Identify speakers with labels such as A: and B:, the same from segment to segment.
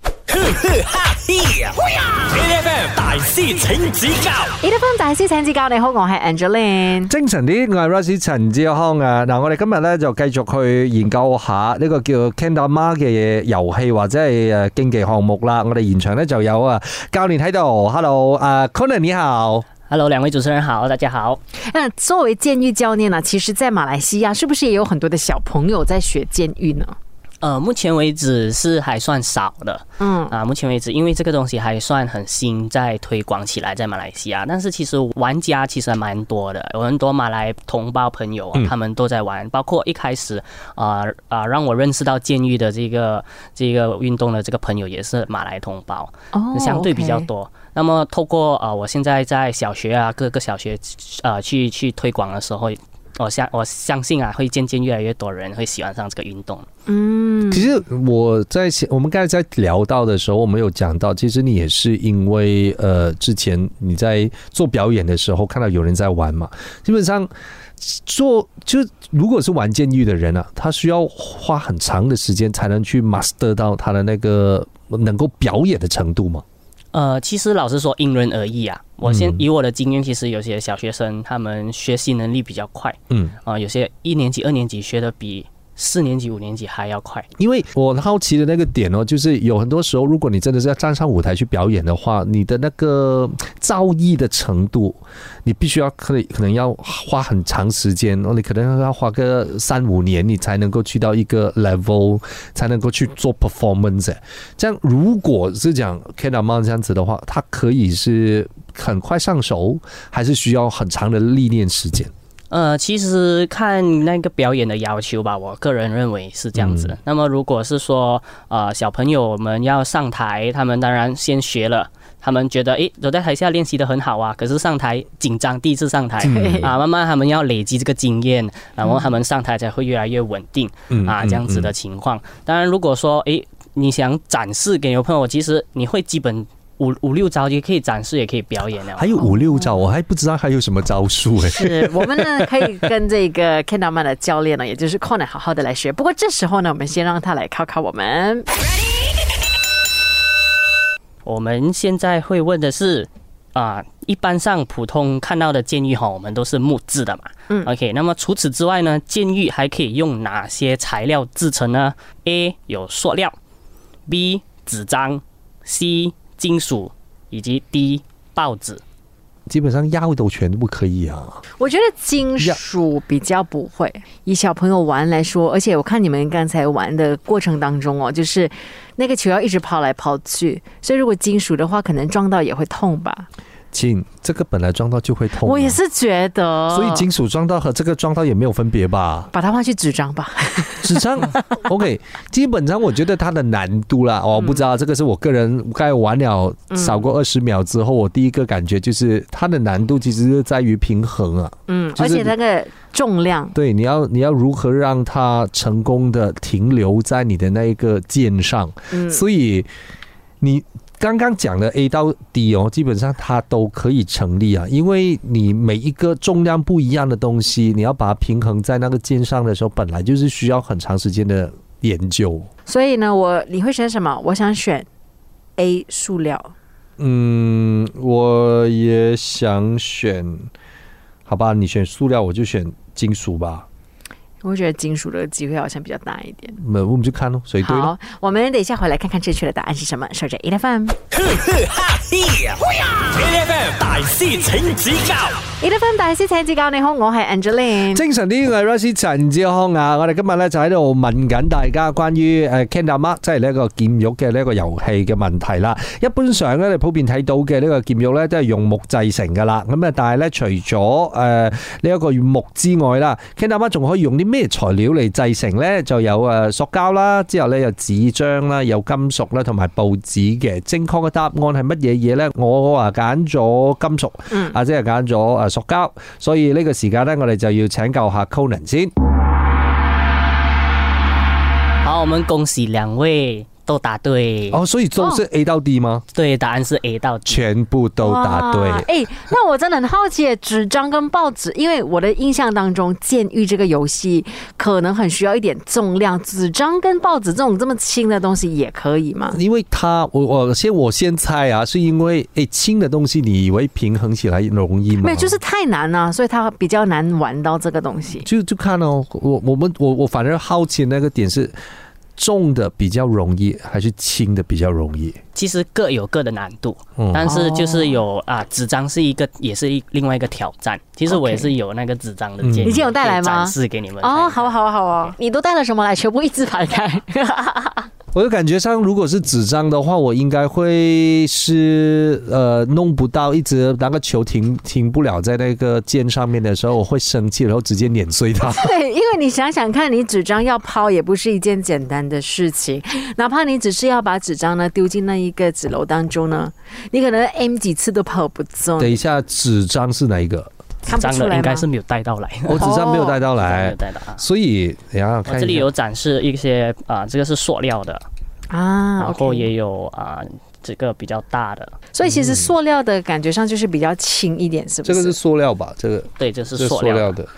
A: 呵呵哈嘿呀！A F M 大師請指教
B: 李德芬大師請指教，你好，我係 Angeline。
C: 精神啲，我係 r o s e 陳志康啊！嗱，我哋今日咧就繼續去研究下呢個叫 Kendama 嘅遊戲或者係誒競技項目啦。我哋現場咧就有啊教練喺度，Hello，啊 Conan 你好。
D: Hello，两位主持人好，大家好。
B: 那作為劍玉教練呢、其實在馬來西亞是不是也有很多的小朋友在學劍玉呢？
D: 呃，目前为止是还算少的
B: 嗯，
D: 啊，目前为止，因为这个东西还算很新，在推广起来在马来西亚，但是其实玩家其实还蛮多的，有很多马来同胞朋友啊，他们都在玩，包括一开始啊啊让我认识到监狱的这个这个运动的这个朋友也是马来同胞，
B: 哦
D: 相对比较
B: OK
D: 多。那么透过啊、呃我现在在小学啊，各个小学啊、呃去去推广的时候，我相我相信啊，会渐渐越来越多人会喜欢上这个运动。
B: 嗯，
C: 其实我在想我们刚才在聊到的时候，我们有讲到，其实你也是因为呃，之前你在做表演的时候看到有人在玩嘛，基本上做就如果是玩监狱的人啊，他需要花很长的时间才能去 master 到他的那个能够表演的程度嘛。
D: 呃，其实老实说，因人而异啊。我先
C: 嗯
D: 以我的经验，其实有些小学生他们学习能力比较快
C: 嗯，
D: 啊、有些一年级、二年级学的比四年级、五年级还要快。
C: 因为我好奇的那个点哦，就是有很多时候，如果你真的是要站上舞台去表演的话，你的那个造诣的程度，你必须要可以可能要花很长时间，哦，你可能要花个三五年，你才能够去到一个 level，才能够去做 performance。这样如果是讲 k e n a m a n 这样子的话，它可以是很快上手，还是需要很长的历练时间？
D: 呃，其实看那个表演的要求吧，我个人认为是这样子。
C: 嗯
D: 那么如果是说呃小朋友们要上台，他们当然先学了，他们觉得诶我在台下练习的很好啊，可是上台紧张，第一次上台。
C: 嗯
D: 啊，慢慢他们要累积这个经验，然后他们上台才会越来越稳定
C: 嗯
D: 啊，这样子的情况。当然，如果说诶你想展示给有朋友，其实你会基本五五六招也可以展示，也可以表演了。
C: 还有五六招，我还不知道还有什么招数哎、
B: 是我们呢可以跟这个 Kendaman 的教练呢，也就是 Conan 好好的来学。不过这时候呢，我们先让他来考考我们。
D: 我们现在会问的是。啊，一般上普通看到的监狱哈，我们都是木质的嘛。
B: 嗯
D: OK，那么除此之外呢，监狱还可以用哪些材料制成呢？A 有塑料，B 纸张，C 金属，以及 D 报纸。
C: 基本上药都全部可以啊。
B: 我觉得金属比较不会。以小朋友玩来说，而且我看你们刚才玩的过程当中哦，就是那个球要一直抛来抛去，所以如果金属的话，可能撞到也会痛吧。
C: 亲，这个本来撞到就会痛、啊
B: 我也，是觉得，？
C: 所以金属撞到和这个撞到也没有分别吧
B: 把它换去纸张吧。
C: 纸 张，OK，基本上我觉得它的难度啦，哦
B: 嗯
C: 我不知道、这个是我个人刚才玩了少过二十秒之后，我第一个感觉就是它的难度其实是在于平衡啊，
B: 嗯，
C: 就
B: 而
C: 是
B: 且那个重量，
C: 对，你要你要如何让它成功的停留在你的那一个键上，
B: 嗯，
C: 所以你刚刚讲的 A 到 D 哦，基本上它都可以成立啊，因为你每一个重量不一样的东西，你要把它平衡在那个键上的时候，本来就是需要很长时间的研究。
B: 所以呢，我你会选什么？我想选 A 塑料。
C: 嗯，我也想选，好吧，你选塑料，我就选金属吧。
B: 我觉得金属的机会好像比较大一点。
C: 那我们就看咯，谁对咯
B: 好。，我们等一下回来看看正确的答案是什么。守着 e l e p h a n
A: 呵呵哈嘿呀！A F M 大師請指教
B: e l e p h a n 大師請指教，你好，我係 Angeline。
C: 精神啲嘅 Rosie 陳志康啊，我哋今日咧就喺度問緊大家關於誒 Kendama 即係呢一個劍玉嘅呢一個遊戲嘅問題啦。一般上咧，你普遍睇到嘅呢個劍玉咧都係用木製成噶啦。咁啊，但係咧除咗誒呢一個木之外啦，Kendama 仲可以用啲咩材料嚟製成咧？就有誒塑膠啦，之後咧有紙張啦，有金屬啦，同埋報紙嘅。正確嘅答案係乜嘢嘢咧？我啊揀咗金屬。
B: 嗯，
C: 阿姐啊係揀咗誒塑膠，所以呢個時間呢，我哋就要請教下 Conan 先。
D: 好，我们恭喜两位都答对。
C: 哦，所以都是 A 到 D 吗？
D: 对，答案是 A 到 D。
C: 全部都答对
B: 哇。哎、那我真的很好奇，纸张跟报纸，因为我的印象当中，监狱这个游戏可能很需要一点重量，纸张跟报纸这种这么轻的东西也可以吗？
C: 因为它，我我先我先猜啊，是因为诶轻的东西，你以为平衡起来容易吗？
B: 没有，就是太难了、所以它比较难玩到这个东西。
C: 就就看哦，我我们我我反而好奇那个点是重的比较容易，还是轻的比较容易？
D: 其实各有各的难度，
C: 嗯
D: 但是就是有
B: 哦
D: 啊，纸张是一个，也是一另外一个挑战。其实我也是有那个纸张的建议，
C: 嗯你
B: 今天有带来
D: 可
B: 吗
D: 以展示给你们看
B: 哦，好啊，好啊，好啊！你都带了什么来？全部一字排开。
C: 我就感觉上，如果是纸张的话，我应该会是呃弄不到，一直拿个球停停不了在那个键上面的时候，我会生气，然后直接碾碎它。
B: 对，因为你想想看，你纸张要抛也不是一件简单的事情，哪怕你只是要把纸张呢丢进那一个纸篓当中呢，你可能 M 几次都抛不中
C: 等，一下，纸张是哪一个？哦
B: 看
D: 纸张
B: 不出
D: 的
B: 来
D: 应该
B: 吗
D: 是没有带到来，
C: 我纸张没有带到
D: 没
C: 来
D: 有，带到啊。
C: 所以然后
D: 我
C: 看
D: 这里
C: 一下
D: 有展示一些啊，这个是塑料的，
B: 啊，
D: 然后
B: OK
D: 也有啊这个比较大的，
B: 所以其实塑料的感觉上就是比较轻一点，是不
C: 这
B: 是？
C: 个是塑料吧？这个
D: 对，这是
C: 这是
D: 塑
C: 塑
D: 料的
C: 料的，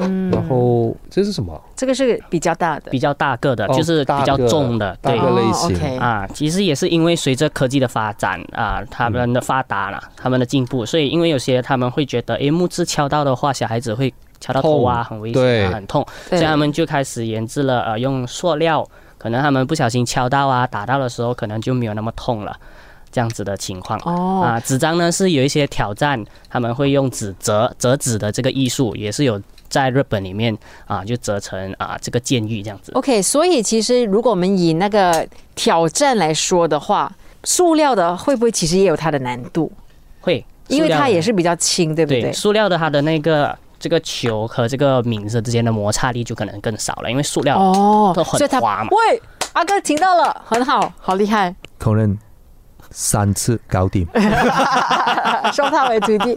C: 嗯然后这是什么？
B: 嗯这个是比较大的
D: 比较大个的，
C: 哦
D: 就是比较
C: 大个
D: 重的，
C: 大
D: 对
C: 个类型
B: 哦 OK
D: 啊，其实也是因为随着科技的发展啊，他们的发达
C: 嗯
D: 了，他们的进步，所以因为有些他们会觉得，诶，木质敲到的话，小孩子会敲到头啊，
C: 痛
D: 很危
C: 对
D: 险啊，很痛，所以他们就开始研制了呃，用塑料，可能他们不小心敲到啊，打到的时候，可能就没有那么痛了，这样子的情况。
B: 哦。
D: 啊，纸张呢是有一些挑战，他们会用纸折折纸的这个艺术，也是有在日本里面啊，就折成啊这个监狱这样子。
B: OK，所以其实如果我们以那个挑战来说的话，塑料的会不会其实也有它的难度？
D: 会，
B: 因为
D: 塑料
B: 它
D: 的
B: 也是比较轻，对不对？
D: 对塑料的，它的那个这个球和这个名字之间的摩擦力就可能更少了，因为塑料
B: 哦
D: 都，很
B: 所以它
D: 滑嘛
B: 喂，阿哥听到了，很好，好厉害，
C: 可能三次搞定。
B: 收他为徒弟。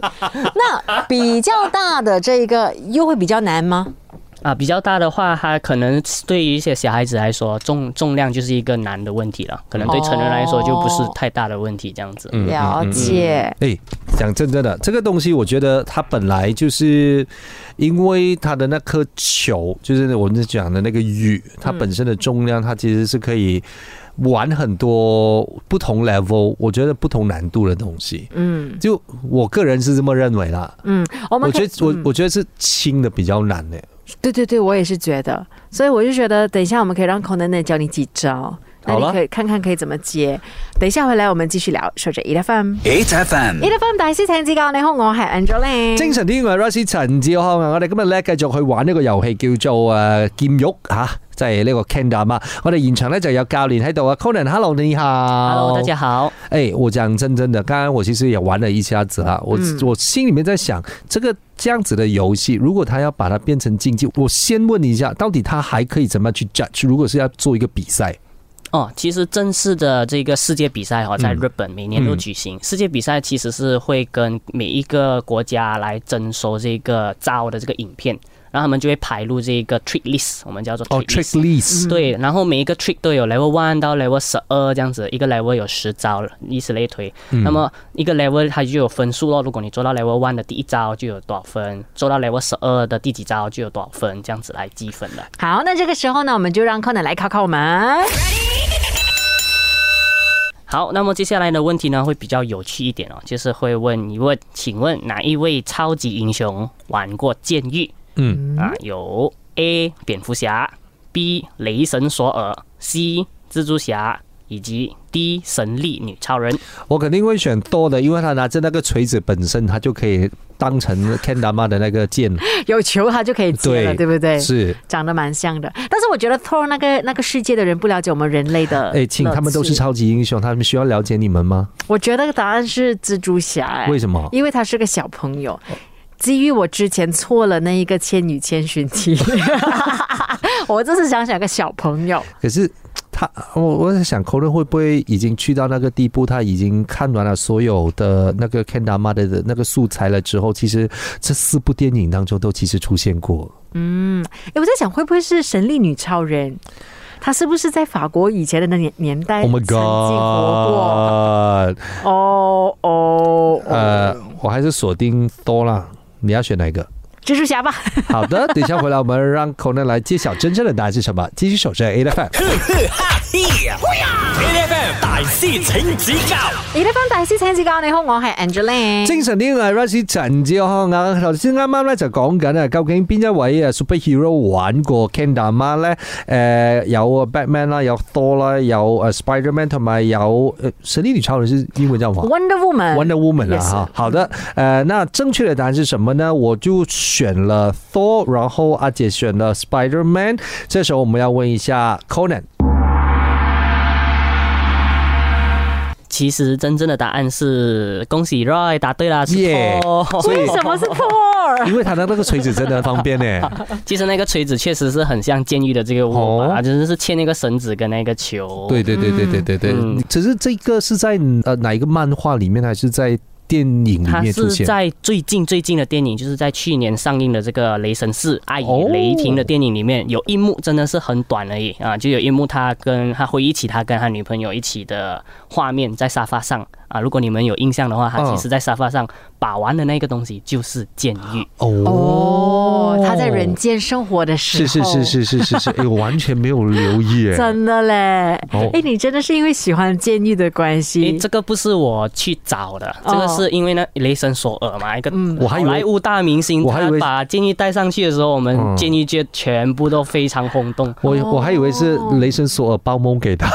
B: 那比较大的这一个又会比较难吗？
D: 啊比较大的话，它可能对于一些小孩子来说，重重量就是一个难的问题了，可能对成人来说就不是太大的问题这样子。
C: 嗯
B: 了解，
C: 哎，讲真真的，这个东西我觉得它本来就是，因为它的那颗球，就是我们讲的那个雨，它本身的重量，它其实是可以玩很多不同 level，我觉得不同难度的东西。
B: 嗯
C: 就我个人是这么认为啦，
B: 嗯，我们
C: 我
B: 可
C: 觉
B: 以
C: 得我我觉得是轻的比较难欸呢、
B: 对对对，我也是觉得，所以我就觉得，等一下我们可以让 Conan 呢教你几招，那
C: 好
B: 你
C: 了
B: 可以看看可以怎么接。等一下回来我们继续聊，守着 E F M。
A: ，8FM
B: E F M 大師請指教，你好，我係 Angeline。
C: 精神天外 Rosie 陳志康啊！我哋今日咧繼續去玩呢個遊戲叫做誒劍玉嚇，即係呢個 Candam 啊！我哋現場咧就有教練喺度啊，Conan，hello 你好
D: Hello，大家好。
C: 哎、我讲真真的，刚刚我其实也玩了一下子啦，我、
B: 嗯
C: 我心里面在想，这个这样子的游戏，如果他要把它变成竞技，我先问你一下，到底他还可以怎么去 judge？如果是要做一个比赛，
D: 哦，其实正式的这个世界比赛哈、哦，在日本每年都举行。世界比赛其实是会跟每一个国家来征收这个招的这个影片，然后他们就会排入这个 trick list，我们叫做
C: 哦
D: trick list。嗯
C: ，trick list，
D: 对，然后每一个 trick 都有 level one 到 level 十二这样子，一个 level 有十招，以此类推。那么一个 level 它就有分数咯，如果你做到 level one 的第一招就有多少分，做到 level 十二的第几招就有多少分，这样子来积分的。
B: 好，那这个时候呢，我们就让 Conan 来考考我们。
D: 好，那么接下来的问题呢，会比较有趣一点哦，就是会问一问，请问哪一位超级英雄玩过监狱？
C: 嗯，
D: 啊，有 A 蝙蝠侠，B 雷神索尔，C 蜘蛛侠，以及 D 神力女超人。
C: 我肯定会选多的，因为他拿着那个锤子本身，他就可以当成 Kendama 的那个剑，
B: 有球他就可以接了，对不对？
C: 是。
B: 长得蛮像的，但是我觉得 Thor 那个那个世界的人不了解我们人类的。
C: 哎，请他们都是。超级英雄，他们需要了解你们吗？
B: 我觉得答案是蜘蛛侠、哎
C: 为什么？
B: 因为他是个小朋友。基于我之前错了那一个《千与千寻》 题， 我这次想想个小朋友，
C: 可是他，我我在想 c o 会不会已经去到那个地步，他已经看完了所有的那个 Kendama 的的那个素材了之后，其实这四部电影当中都其实出现过。
B: 哎，我在想会不会是神力女超人？他是不是在法国以前的那年年代哎
C: Oh
B: 曾
C: my
B: 经活
C: god！
B: 过？哦哦，哦，
C: 呃，我还是锁定 Thor 啦。你要选哪一个？
B: 蜘蛛侠吧。
C: 好的，等一下回来我们让 Conan 来揭晓真正的答案是什么。继续守着 A F M。
A: 哈嘿呀！A F M 大师请指教
B: 而家翻大師請指教，你好，我係 Angeline。
C: 精神啲嘅 r u s 陳志康啊，頭先啱啱咧就講緊啊，究竟邊一位啊 superhero 玩過 Canada 媽咧？誒、有啊 Batman 啦，有 Thor 啦，有啊 Spiderman 同埋有誒神力女超人是英文叫什麼
B: Wonder Woman。
C: Wonder Woman 啊
B: Yes
C: 哈，好的，呃，那正确的答案是什么呢？我就选了 Thor，然后阿姐选了 Spider Man。这时候我们要问一下 Conan，
D: 其实真正的答案是恭喜 Roy 答对啦，是
C: Yeah，
D: 错。
B: 為什麼是
C: 哦
B: Thor？
C: 因为他的那个锤子真的很方便呢。
D: 其实那个锤子确实是很像监狱的这个握把，
C: 哦
D: 真的是嵌那个绳子跟那个球。
C: 对对对对对对对，
D: 哦嗯
C: 只是这个是在呃哪一个漫画里面，还是在电影里
D: 它
C: 面出
D: 是
C: 现？
D: 在最近最近的电影，就是在去年上映的这个《雷神四：爱与
C: 哦
D: 雷霆》的电影里面，有一幕真的是很短而已啊，就有一幕他跟他回忆起他跟他女朋友一起的画面，在沙发上啊。如果你们有印象的话，他
C: 嗯
D: 其实在沙发上把玩的那个东西就是监狱。
C: 哦
B: 哦，他在人。间生活的时
C: 是
B: 候。
C: 是是。是是 是是，哎，我完全没有留意哎。
B: 真的嘞，
C: 哦
B: 哎、你真的是因为喜欢监狱的关
D: 诶，
B: 系，
D: 这个不是我去找的，这个
B: 哦
D: 是因为呢，雷神索尔嘛，一个
B: 嗯
C: 我还以为
D: 好莱坞大明星，
C: 我还以
D: 他
C: 为
D: 把监狱带上去的时候，我
C: 嗯
D: 们监狱界全部都非常轰动。
C: 我我还以为是雷神索尔包蒙 给他。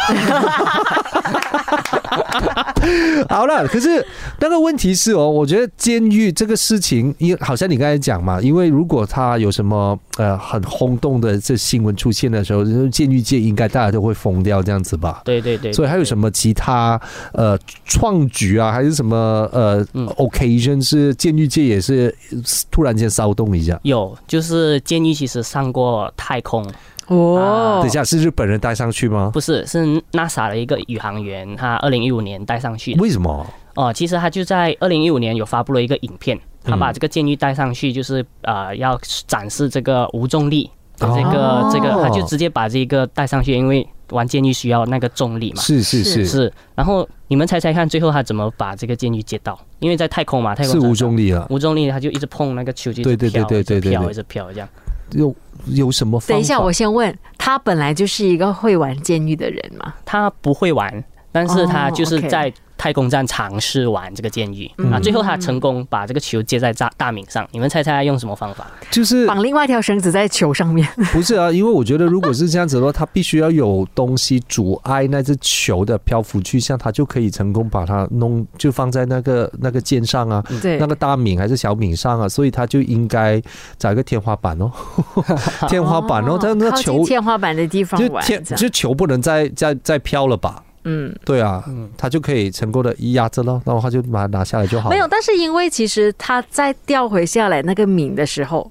C: 好了，可是那个问题是哦，我觉得监狱这个事情，因好像你刚才讲嘛，因为如果他有什么呃很轰动的这新闻出现的时候，就是监狱界应该大家都会疯掉这样子吧。
D: 对对对，
C: 所以还有
D: 么？
C: 什么其他呃创举啊，还是什么呃
D: 嗯
C: occasion 是监狱界也是呃突然间骚动一下？
D: 有，就是监狱其实上过太空，
B: 哦
C: 啊等一，下是日本人带上去吗？
D: 不是是 NASA 的一个宇航员，他二零一五年带上去的。
C: 为什么？
D: 哦、其实他就在二零一五年有发布了一个影片，他把
C: 嗯
D: 这个监狱带上去，就是呃要展示这个无重力的这个、
C: 哦
D: 这个，他就直接把这个带上去，因为玩监狱需要那个重力嘛。
C: 是是是是
D: 是，然后你们猜猜看，最后他怎么把这个监狱接到？因为在太空嘛，太空
C: 无啊
D: 站
C: 重力了，
D: 无重力，他就一直碰那个球，就一直
C: 对对对
D: 飘
C: 对
D: 一直
C: 对对
D: 飘
C: 对
D: 一直飘这样。
C: 有有什么方法？
B: 等一下，我先问他，本来就是一个会玩监狱的人嘛，
D: 他不会玩，但是他就是
B: 哦，OK
D: 在太空站尝试玩这个监狱、
C: 嗯
D: 啊，最后他成功把这个球接在大大明上。你们猜猜他用什么方法？
C: 就是
B: 绑另外一条绳子在球上面，
C: 不是啊？因为我觉得如果是这样子的话，它必须要有东西阻碍那只球的漂浮去向，它就可以成功把它弄就放在那个那个箭上啊。
B: 对，
C: 那个大皿还是小皿上啊，所以他就应该找一个天花板 哦，天花板哦，但那
B: 靠近
C: 球
B: 天花板的地方
C: 就
B: 玩，
C: 天
B: 这样
C: 就球不能再再再飘了吧？
B: 嗯。
C: 对啊，他就可以成功的压着咯，然后他就把它拿下来就好了。
B: 没有，但是因为其实它再掉回下来那个敏的时候，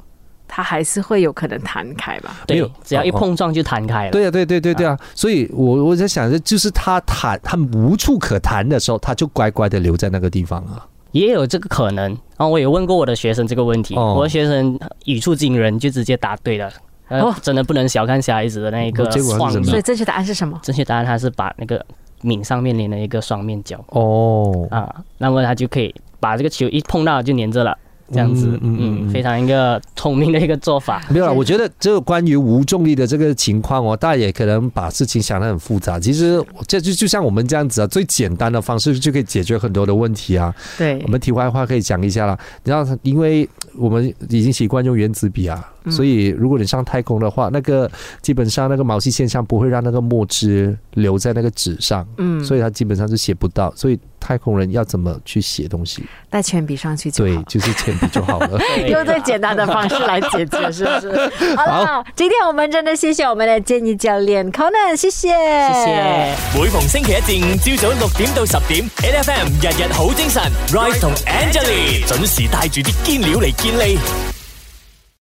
B: 它还是会有可能弹开吧？
C: 没
D: 对
C: 有，
D: 只要一
C: 哦哦
D: 碰撞就弹开了。
C: 对啊，对对对对啊，所以我我在想着，就是他弹他无处可弹的时候，他就乖乖的留在那个地方啊。
D: 也有这个可能。然后我也问过我的学生这个问题，
C: 哦
D: 我的学生语出惊人，就直接答对了。呃
B: 哦
D: 真的不能小看小孩子的那一个
C: 哦结果他
D: 创
C: 是什
D: 意
C: 么
B: 所以。正确答案是什么？
D: 正确答案他是把那个皿上面连了一个双面胶
C: 哦，
D: 啊，那么他就可以把这个球一碰到就粘着了。这样子，
C: 嗯嗯嗯
D: 嗯，
C: 嗯
D: 非常一个聪明的一个做法。
C: 没有啦，
B: 对
C: 我觉得这个关于无重力的这个情况哦，大家也可能把事情想得很复杂。其实这就就像我们这样子啊，最简单的方式就可以解决很多的问题啊。
B: 对
C: 我，们题外话可以讲一下啦。你知道，因为我们已经习惯用原子笔啊，
B: 嗯
C: 所以如果你上太空的话，那个基本上那个毛细现象不会让那个墨汁留在那个纸上，
B: 嗯，
C: 所以它基本上就写不到。所以太空人要怎么去写东西？
B: 带铅笔上去就
C: 对
B: 好，。
C: 就是铅笔就好 了。
D: 对
B: 用最简单的方式来解决，是 不是？好了，今天我们真的谢谢我们的建议教练 Conan，谢谢，
D: 谢
B: 哎
D: 谢。
A: 每逢星期一至五朝早六點到十點，N F M 日日好精神，Rise 同 Angelie 準時帶住啲堅料嚟健利。